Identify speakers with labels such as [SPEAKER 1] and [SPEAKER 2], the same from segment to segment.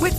[SPEAKER 1] With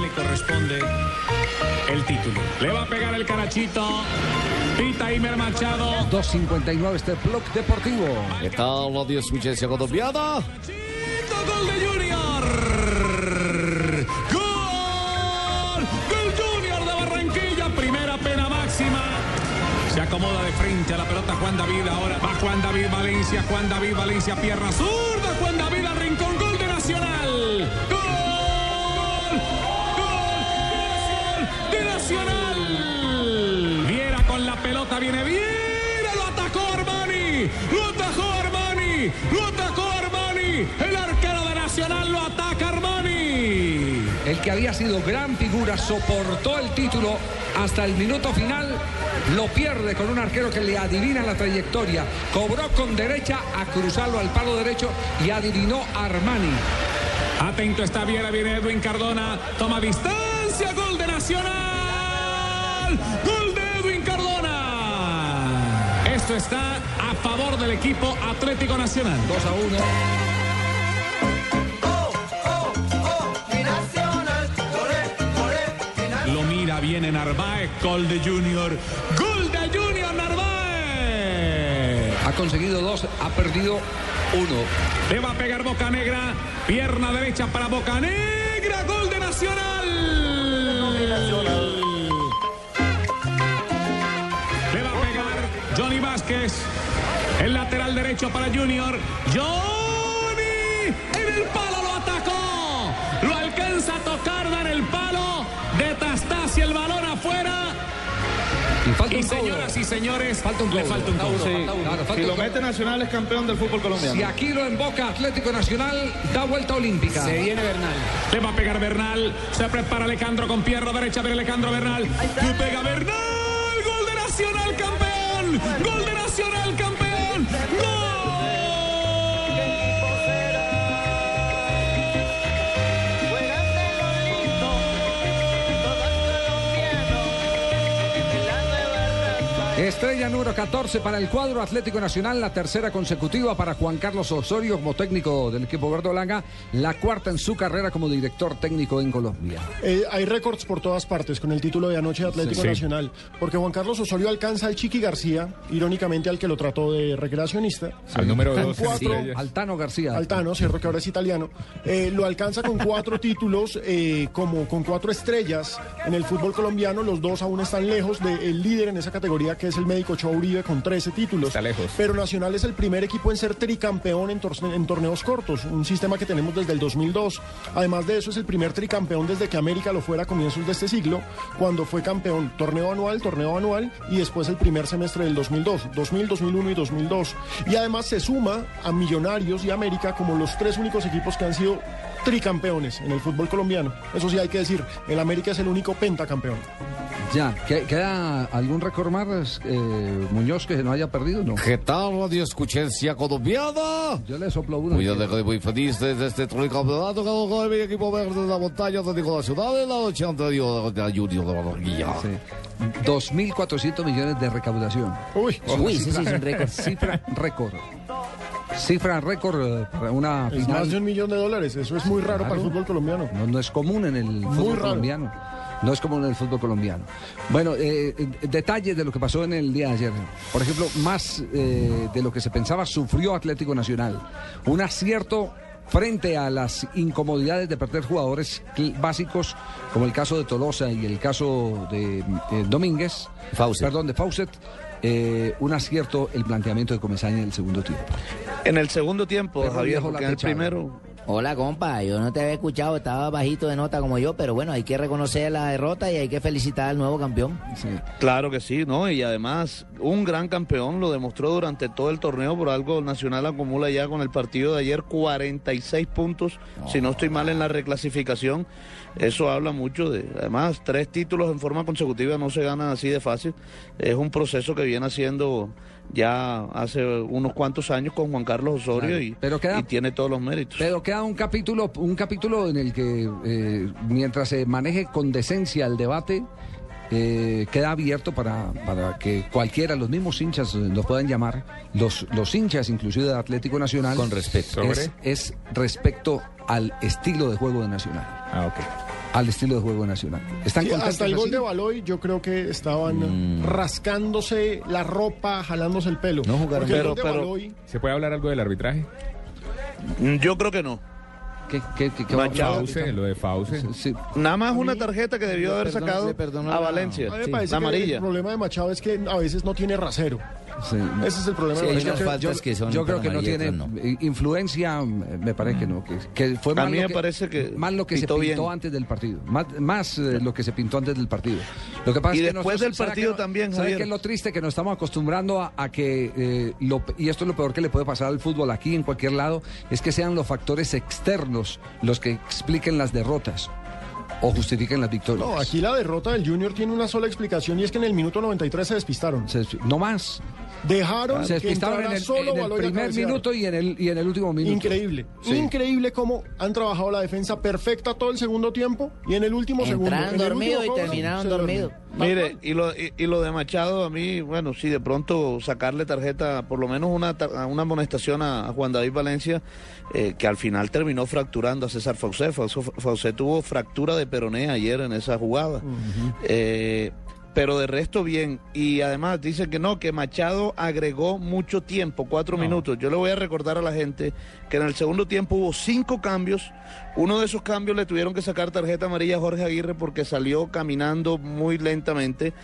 [SPEAKER 2] Le corresponde el título. Le va a pegar el carachito. Pita Imer Machado.
[SPEAKER 3] 2.59 este blog deportivo.
[SPEAKER 4] ¿Qué tal la dioscuchencia colombiana?
[SPEAKER 2] Chito, gol de Junior. Gol del Junior de Barranquilla. Primera pena máxima. Se acomoda de frente a la pelota Juan David. Ahora va Juan David Valencia. Juan David Valencia. Pierna zurda. Juan David al rincón. Gol de Nacional. Gol. Gol de Nacional. Viera con la pelota. Viene Viera. Lo atacó Armani. Lo atajó Armani. Lo atacó Armani. El arquero de Nacional lo ataca Armani.
[SPEAKER 3] El que había sido gran figura soportó el título hasta el minuto final. Lo pierde con un arquero que le adivina la trayectoria. Cobró con derecha a cruzarlo al palo derecho y adivinó Armani.
[SPEAKER 2] Atento está Viera, viene Edwin Cardona, toma distancia, gol de Nacional, gol de Edwin Cardona. Esto está a favor del equipo Atlético Nacional.
[SPEAKER 3] 2 a 1.
[SPEAKER 2] Lo mira, viene Narváez, gol de Junior, gol de Junior Narváez.
[SPEAKER 3] Ha conseguido dos, ha perdido uno.
[SPEAKER 2] Le va a pegar Boca Negra. Pierna derecha para Boca Negra. Gol de Nacional. Le va a pegar Johnny Vázquez. El lateral derecho para Junior. Johnny en el palo lo atacó. Lo alcanza a tocar, da en el palo. De Tastasi el balón afuera.
[SPEAKER 3] Y falta
[SPEAKER 2] Y
[SPEAKER 3] un cobro.
[SPEAKER 2] señoras y señores,
[SPEAKER 3] Falta un
[SPEAKER 2] le
[SPEAKER 3] cobro.
[SPEAKER 2] falta un
[SPEAKER 3] Tauro,
[SPEAKER 2] cobro.
[SPEAKER 3] falta uno, falta
[SPEAKER 5] Si
[SPEAKER 3] un
[SPEAKER 5] lo
[SPEAKER 3] cobro.
[SPEAKER 5] mete Nacional es campeón del fútbol colombiano.
[SPEAKER 3] Si aquí lo emboca Atlético Nacional, da vuelta olímpica.
[SPEAKER 2] Le va a pegar Bernal. Se prepara Alejandro con pierna derecha. Viene Alejandro Bernal. Le pega Bernal. Gol de Nacional campeón. Gol de Nacional campeón. ¡Gol!
[SPEAKER 3] Estrella número 14 para el cuadro Atlético Nacional, la tercera consecutiva para Juan Carlos Osorio como técnico del equipo verde blanca, la cuarta en su carrera como director técnico en Colombia.
[SPEAKER 6] Eh, hay récords por todas partes con el título de anoche de Atlético Nacional, porque Juan Carlos Osorio alcanza al Chiqui García, irónicamente al que lo trató de recreacionista.
[SPEAKER 5] Al número
[SPEAKER 6] Con
[SPEAKER 5] 2
[SPEAKER 6] cuatro-
[SPEAKER 3] Altano García.
[SPEAKER 6] Altano, cierto que ahora es italiano, eh, lo alcanza con cuatro títulos, eh, como con cuatro estrellas en el fútbol colombiano. Los dos aún están lejos del líder en esa categoría, que es el médico Cho Uribe, con 13 títulos.
[SPEAKER 5] Está lejos.
[SPEAKER 6] Pero Nacional es el primer equipo en ser tricampeón en, torne- en torneos cortos, un sistema que tenemos desde el 2002. Además de eso, es el primer tricampeón desde que América lo fuera a comienzos de este siglo, cuando fue campeón torneo anual, torneo anual y después el primer semestre del 2002, 2000, 2001 y 2002. Y además se suma a Millonarios y América como los tres únicos equipos que han sido tricampeones en el fútbol colombiano. Eso sí hay que decir, el América es el único pentacampeón.
[SPEAKER 3] Ya, ¿que- ¿queda algún récord más, eh, Muñoz, que se no haya perdido? No.
[SPEAKER 4] ¿Qué tal la dioscuchencia colombiana?
[SPEAKER 3] Yo le soplo uno.
[SPEAKER 4] Muy alegre y muy feliz desde este tricampeonato que nos con mi equipo verde de la montaña Atlético Nacional en la noche anterior a Junior de Barranquilla.
[SPEAKER 3] Sí. 2.400 millones de recaudación.
[SPEAKER 6] Uy,
[SPEAKER 3] Uy, sí, sí, es un récord. Cifra récord. Cifra récord eh, para una
[SPEAKER 6] es más de
[SPEAKER 3] final.
[SPEAKER 6] un millón de dólares, eso es muy raro para el
[SPEAKER 3] Claro.
[SPEAKER 6] fútbol colombiano.
[SPEAKER 3] Ah, No, no es común en el fútbol
[SPEAKER 6] raro.
[SPEAKER 3] colombiano. No es común en el fútbol colombiano. Bueno, eh, eh, detalles de lo que pasó en el día de ayer. Por ejemplo, más eh, de lo que se pensaba sufrió Atlético Nacional. Un acierto frente a las incomodidades de perder jugadores cl- básicos, como el caso de Tolosa y el caso de eh, Domínguez.
[SPEAKER 4] Faucet.
[SPEAKER 3] Perdón, de Faucet. eh, un acierto el planteamiento de Comesaña en el segundo tiempo.
[SPEAKER 7] En el segundo tiempo,
[SPEAKER 3] Perro
[SPEAKER 7] Javier,
[SPEAKER 3] viejo
[SPEAKER 7] porque en el
[SPEAKER 3] laquechado.
[SPEAKER 7] primero Hola, compa, yo no te había escuchado, estaba bajito de nota como yo, pero bueno, hay que reconocer la derrota y hay que felicitar al nuevo campeón.
[SPEAKER 5] Claro que sí, ¿no? Y además, un gran campeón lo demostró durante todo el torneo, por algo Nacional acumula ya con el partido de ayer 46 puntos, si no estoy mal en la reclasificación. Eso habla mucho de, además, tres títulos en forma consecutiva no se ganan así de fácil. Es un proceso que viene haciendo ya hace unos cuantos años con Juan Carlos Osorio
[SPEAKER 3] Claro,
[SPEAKER 5] y,
[SPEAKER 3] pero queda-
[SPEAKER 5] y tiene todos los méritos.
[SPEAKER 3] Pero queda un capítulo, un capítulo en el que eh, mientras se maneje con decencia el debate, eh, queda abierto para, para que cualquiera, los mismos hinchas eh, nos puedan llamar, los, los hinchas inclusive de Atlético Nacional.
[SPEAKER 8] Con respeto.
[SPEAKER 3] Es, es respecto al estilo de juego de Nacional.
[SPEAKER 8] Ah, ok.
[SPEAKER 3] Al estilo de juego de Nacional. ¿Están
[SPEAKER 6] Sí,
[SPEAKER 3] contentos
[SPEAKER 6] hasta el gol
[SPEAKER 3] así?
[SPEAKER 6] de Baloy yo creo que estaban rascándose la ropa, jalándose el pelo.
[SPEAKER 8] No jugaron.
[SPEAKER 6] Porque el
[SPEAKER 5] Pero-
[SPEAKER 6] gol de
[SPEAKER 5] pero-
[SPEAKER 6] Baloy-
[SPEAKER 8] ¿Se puede hablar algo del arbitraje?
[SPEAKER 5] Mm, Yo creo que no.
[SPEAKER 3] ¿Qué, qué, qué- qué-
[SPEAKER 5] Machado.
[SPEAKER 8] Fauce, lo de Fauce.
[SPEAKER 3] Sí.
[SPEAKER 5] Nada más una tarjeta que debió haber
[SPEAKER 4] perdonó-
[SPEAKER 5] sacado
[SPEAKER 4] le perdonó
[SPEAKER 5] a
[SPEAKER 4] la-
[SPEAKER 5] Valencia,
[SPEAKER 6] A mí me
[SPEAKER 5] la
[SPEAKER 6] parece que
[SPEAKER 5] amarilla.
[SPEAKER 6] El problema de Machado es que a veces no tiene rasero.
[SPEAKER 3] Sí.
[SPEAKER 6] Ese es el problema.
[SPEAKER 4] Sí,
[SPEAKER 6] de Baloy.
[SPEAKER 4] hay unas faltas que son
[SPEAKER 3] Yo creo
[SPEAKER 4] para
[SPEAKER 3] que no
[SPEAKER 4] amarilla,
[SPEAKER 3] tiene
[SPEAKER 4] otras no.
[SPEAKER 3] eh, influencia, eh, me parece que no. Que, que fue
[SPEAKER 5] A
[SPEAKER 3] más
[SPEAKER 5] mí
[SPEAKER 3] lo
[SPEAKER 5] me parece que
[SPEAKER 3] más lo que se
[SPEAKER 5] pintó
[SPEAKER 3] pintó
[SPEAKER 5] bien.
[SPEAKER 3] antes del partido, más, más, eh, lo que se pintó antes del partido. Lo que pasa
[SPEAKER 5] Y
[SPEAKER 3] es que
[SPEAKER 5] después
[SPEAKER 3] nosotros-
[SPEAKER 5] del
[SPEAKER 3] ¿sabe
[SPEAKER 5] partido
[SPEAKER 3] que no-
[SPEAKER 5] también,
[SPEAKER 3] ¿sabe
[SPEAKER 5] Javier?
[SPEAKER 3] qué es lo triste que nos estamos acostumbrando a, a que eh, lo- y esto es lo peor que le puede pasar al fútbol aquí en cualquier lado es que sean los factores externos los que expliquen las derrotas o justifiquen las victorias.
[SPEAKER 6] No, aquí la derrota del Junior tiene una sola explicación y es que en el minuto 93 se despistaron.
[SPEAKER 3] Se- no más.
[SPEAKER 6] Dejaron
[SPEAKER 3] Se
[SPEAKER 6] que
[SPEAKER 3] despistaron
[SPEAKER 6] entrara
[SPEAKER 3] en el,
[SPEAKER 6] solo
[SPEAKER 3] en el
[SPEAKER 6] Baloy a
[SPEAKER 3] primer
[SPEAKER 6] cabecear.
[SPEAKER 3] minuto y en el y en el último minuto.
[SPEAKER 6] Increíble,
[SPEAKER 3] Sí.
[SPEAKER 6] increíble cómo han trabajado la defensa perfecta todo el segundo tiempo y en el último segundo.
[SPEAKER 7] Entraron
[SPEAKER 6] en el último
[SPEAKER 7] dormidos y
[SPEAKER 6] cobro,
[SPEAKER 7] terminaron
[SPEAKER 6] se durmieron.
[SPEAKER 7] dormidos.
[SPEAKER 5] Mire, y lo, y, y lo de Machado, a mí, bueno, sí, de pronto sacarle tarjeta, por lo menos una, tar- una amonestación a, a Juan David Valencia, eh, que al final terminó fracturando a César Faucé. Faucé, Faucé tuvo fractura de peroné ayer en esa jugada. Eh, pero de resto, bien. Y además dice que no, que Machado agregó mucho tiempo, cuatro minutos. Yo le voy a recordar a la gente eh, que en el segundo tiempo hubo cinco cambios. Uno de esos cambios le tuvieron que sacar tarjeta amarilla a Jorge Aguirre porque salió caminando muy lentamente.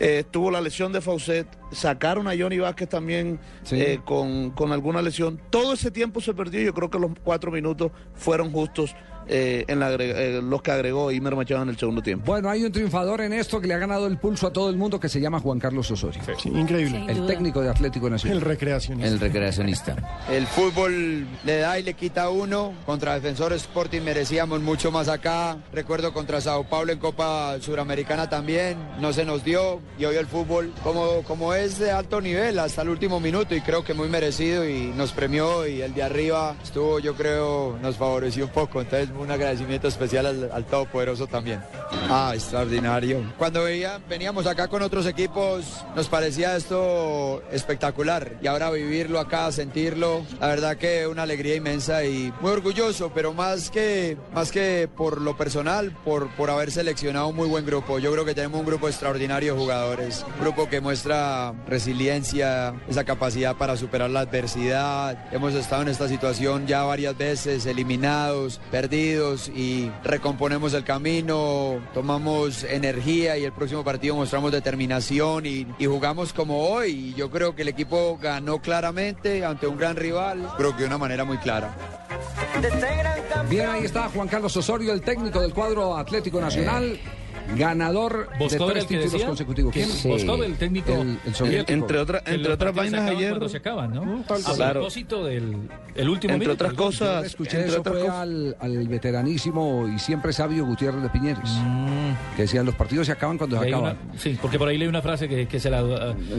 [SPEAKER 5] Eh, estuvo la lesión de Faucet. Sacaron a Johnny Vázquez también
[SPEAKER 3] Sí.
[SPEAKER 5] eh, con, con alguna lesión. Todo ese tiempo se perdió. Yo creo que los cuatro minutos fueron justos eh, en la agre- eh, los que agregó Imer Machado en el segundo tiempo.
[SPEAKER 3] Bueno, hay un triunfador en esto que le ha ganado el pulso a todo el mundo que se llama Juan Carlos Osorio,
[SPEAKER 6] Sí, increíble.
[SPEAKER 3] el técnico de Atlético
[SPEAKER 6] El
[SPEAKER 3] Nacional.
[SPEAKER 6] recreacionista.
[SPEAKER 4] El recreacionista.
[SPEAKER 9] El fútbol le da y le quita a uno. Contra Defensor Sporting merecíamos mucho más acá. Recuerdo contra Sao Paulo en Copa Suramericana también. No se nos dio. Y hoy el fútbol, como, como es de alto nivel hasta el último minuto, y creo que muy merecido. Y nos premió. Y el de arriba estuvo, yo creo, nos favoreció un poco. Entonces, un agradecimiento especial al, al Todopoderoso también. Ah, extraordinario. Cuando veía- veníamos acá con otros equipos, nos parecía esto espectacular. Y ahora vivirlo acá, sentirlo, la verdad que una alegría inmensa y muy orgulloso, pero más que, más que por lo personal, por, por haber seleccionado un muy buen grupo. Yo creo que tenemos un grupo extraordinario de jugadores. Un grupo que muestra resiliencia, esa capacidad para superar la adversidad. Hemos estado en esta situación ya varias veces, eliminados, perdidos y recomponemos el camino, tomamos energía y el próximo partido mostramos determinación y, y jugamos como hoy. Y Yo creo que el equipo ganó claramente ante un gran rival, creo que de una manera muy clara.
[SPEAKER 3] Bien, ahí está Juan Carlos Osorio, el técnico del cuadro Atlético Nacional, ganador de
[SPEAKER 8] Boscover,
[SPEAKER 3] tres
[SPEAKER 8] el que
[SPEAKER 3] títulos
[SPEAKER 8] decía?
[SPEAKER 3] consecutivos.
[SPEAKER 8] ¿Quién?
[SPEAKER 3] Sí.
[SPEAKER 8] Boscover, el técnico
[SPEAKER 3] El- el soviético.
[SPEAKER 5] Entre, otra- entre otras vainas ayer,
[SPEAKER 8] acaban, ¿no?
[SPEAKER 5] cual. Claro.
[SPEAKER 8] propósito del el último
[SPEAKER 5] entre otras
[SPEAKER 3] Yo le
[SPEAKER 5] cosas,
[SPEAKER 3] escuché
[SPEAKER 5] entre
[SPEAKER 3] eso
[SPEAKER 5] otras
[SPEAKER 3] fue
[SPEAKER 5] cosas-
[SPEAKER 3] al, al veteranísimo y siempre sabio Gutiérrez de Piñeres,
[SPEAKER 8] Mm.
[SPEAKER 3] que decían los partidos se acaban cuando se acaban.
[SPEAKER 8] sí, porque por ahí leí una frase que, se la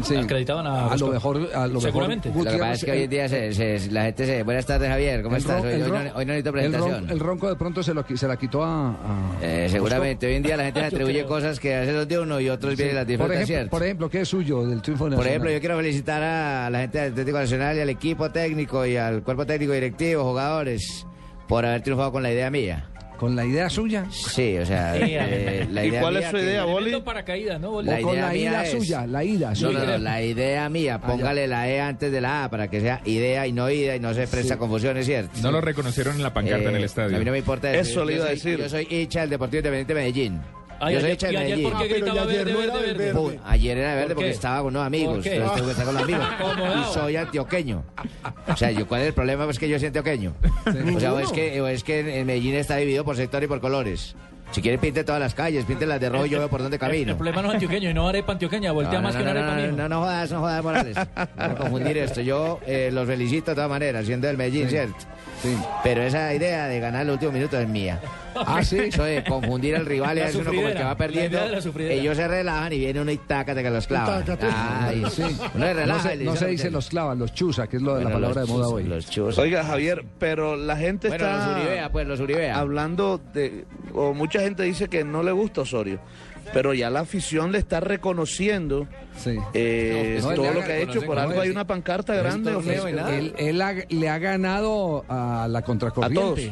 [SPEAKER 3] Sí. a lo mejor, a lo mejor
[SPEAKER 7] Lo que pasa
[SPEAKER 3] Gutiérrez,
[SPEAKER 7] es que hoy en día se- se- la gente se... Buenas tardes, Javier, ¿cómo
[SPEAKER 3] el
[SPEAKER 7] estás?
[SPEAKER 3] ron-
[SPEAKER 7] Hoy,
[SPEAKER 3] el
[SPEAKER 7] hoy
[SPEAKER 3] ron-
[SPEAKER 7] no, hoy no necesito
[SPEAKER 3] el ron-
[SPEAKER 7] presentación.
[SPEAKER 3] el ronco de pronto se, lo qui- se la quitó a- a
[SPEAKER 7] Eh, seguramente, hoy en día la gente le atribuye cosas que hace los de uno y otros vienen y las
[SPEAKER 3] Por
[SPEAKER 7] disfrutan,
[SPEAKER 3] ejemplo,
[SPEAKER 7] ¿cierto?
[SPEAKER 3] por ejemplo, ¿qué es suyo del triunfo nacional?
[SPEAKER 7] Por ejemplo, yo quiero felicitar a la gente del Atlético Nacional y al equipo técnico y al cuerpo técnico directivo, jugadores, por haber triunfado con la idea mía.
[SPEAKER 3] Con la idea suya.
[SPEAKER 7] Sí, o sea, eh, la
[SPEAKER 5] ¿Y
[SPEAKER 7] idea
[SPEAKER 5] cuál es
[SPEAKER 7] mía
[SPEAKER 5] su
[SPEAKER 7] que-
[SPEAKER 5] idea, Boli?
[SPEAKER 7] La
[SPEAKER 3] o con
[SPEAKER 7] idea
[SPEAKER 3] la
[SPEAKER 7] mía
[SPEAKER 3] ida
[SPEAKER 7] es-
[SPEAKER 3] suya, la ida
[SPEAKER 7] No,
[SPEAKER 3] suya.
[SPEAKER 7] no, no, la idea
[SPEAKER 8] Ah,
[SPEAKER 7] mía, póngale la E antes de la A para que sea idea y no ida y no se presta confusión, ¿es cierto?
[SPEAKER 8] No lo reconocieron en la pancarta
[SPEAKER 7] Eh,
[SPEAKER 8] en el
[SPEAKER 7] A mí no
[SPEAKER 8] estadio.
[SPEAKER 7] me importa eso.
[SPEAKER 5] Eso le
[SPEAKER 7] Yo
[SPEAKER 5] iba a
[SPEAKER 7] soy-
[SPEAKER 5] decir.
[SPEAKER 7] Yo soy hincha del Deportivo Independiente de Medellín.
[SPEAKER 8] Ay,
[SPEAKER 7] yo soy
[SPEAKER 8] ayer-
[SPEAKER 7] hincha de
[SPEAKER 8] y ayer,
[SPEAKER 7] Medellín.
[SPEAKER 8] ¿por qué Ah, pero gritaba y ayer verde, no era verde, verde? verde?
[SPEAKER 7] Pum, ayer era verde
[SPEAKER 8] ¿Por
[SPEAKER 7] porque
[SPEAKER 8] qué?
[SPEAKER 7] estaba con unos
[SPEAKER 8] ¿Por
[SPEAKER 7] amigos.
[SPEAKER 8] qué?
[SPEAKER 7] Yo estuve con unos amigos.
[SPEAKER 8] Acomodado.
[SPEAKER 7] y soy antioqueño. O sea, yo, ¿cuál es el problema? Pues que yo soy antioqueño. O sea, o es que, o es que en- en Medellín está dividido por sector y por colores. Si quiere pinte todas las calles, pinte las de rojo y yo veo por dónde
[SPEAKER 8] El,
[SPEAKER 7] camino.
[SPEAKER 8] el problema no es antioqueño y no arepa antioqueña. Voltea
[SPEAKER 7] No, no,
[SPEAKER 8] más
[SPEAKER 7] no,
[SPEAKER 8] que una
[SPEAKER 7] no,
[SPEAKER 8] arepa
[SPEAKER 7] no,
[SPEAKER 8] mijo.
[SPEAKER 7] no, no jodas, no jodas, Morales. No voy a confundir esto. Yo eh, los felicito de todas maneras, siendo del Medellín, ¿cierto? Pero esa idea de ganar el último minuto es mía.
[SPEAKER 3] Ah, ¿sí?
[SPEAKER 7] Eso de confundir al rival
[SPEAKER 3] La
[SPEAKER 7] es uno como el que
[SPEAKER 3] sufridera,
[SPEAKER 7] va perdiendo.
[SPEAKER 3] la idea de la sufridera.
[SPEAKER 7] Ellos se relajan y viene uno y tácate que los clava.
[SPEAKER 3] Tácate.
[SPEAKER 7] Ay,
[SPEAKER 3] Sí.
[SPEAKER 7] Uno se relaja.
[SPEAKER 3] No se,
[SPEAKER 7] y le
[SPEAKER 3] no
[SPEAKER 7] dice
[SPEAKER 3] se
[SPEAKER 7] a los
[SPEAKER 3] dice
[SPEAKER 7] del-
[SPEAKER 3] los clavas, los chusa, que es lo de la
[SPEAKER 7] Bueno,
[SPEAKER 3] palabra de
[SPEAKER 7] los
[SPEAKER 3] moda
[SPEAKER 7] chuzas,
[SPEAKER 3] hoy.
[SPEAKER 7] los chuzas.
[SPEAKER 5] Oiga, Javier, pero la gente
[SPEAKER 7] Bueno,
[SPEAKER 5] está.
[SPEAKER 7] los Uribea, pues, los Uribea.
[SPEAKER 5] Hablando de. O mucha gente dice que no le gusta Osorio. Pero ya la afición le está reconociendo eh,
[SPEAKER 3] No, no,
[SPEAKER 5] todo
[SPEAKER 3] le
[SPEAKER 5] lo
[SPEAKER 3] haga-
[SPEAKER 5] que ha hecho.
[SPEAKER 3] reconocen
[SPEAKER 5] Por
[SPEAKER 3] que
[SPEAKER 5] algo
[SPEAKER 3] no
[SPEAKER 5] hay
[SPEAKER 3] es-
[SPEAKER 5] una pancarta
[SPEAKER 3] no es
[SPEAKER 5] grande.
[SPEAKER 3] torneo
[SPEAKER 5] ofreciendo-
[SPEAKER 3] Él, él ha- le ha ganado a la contracorriente.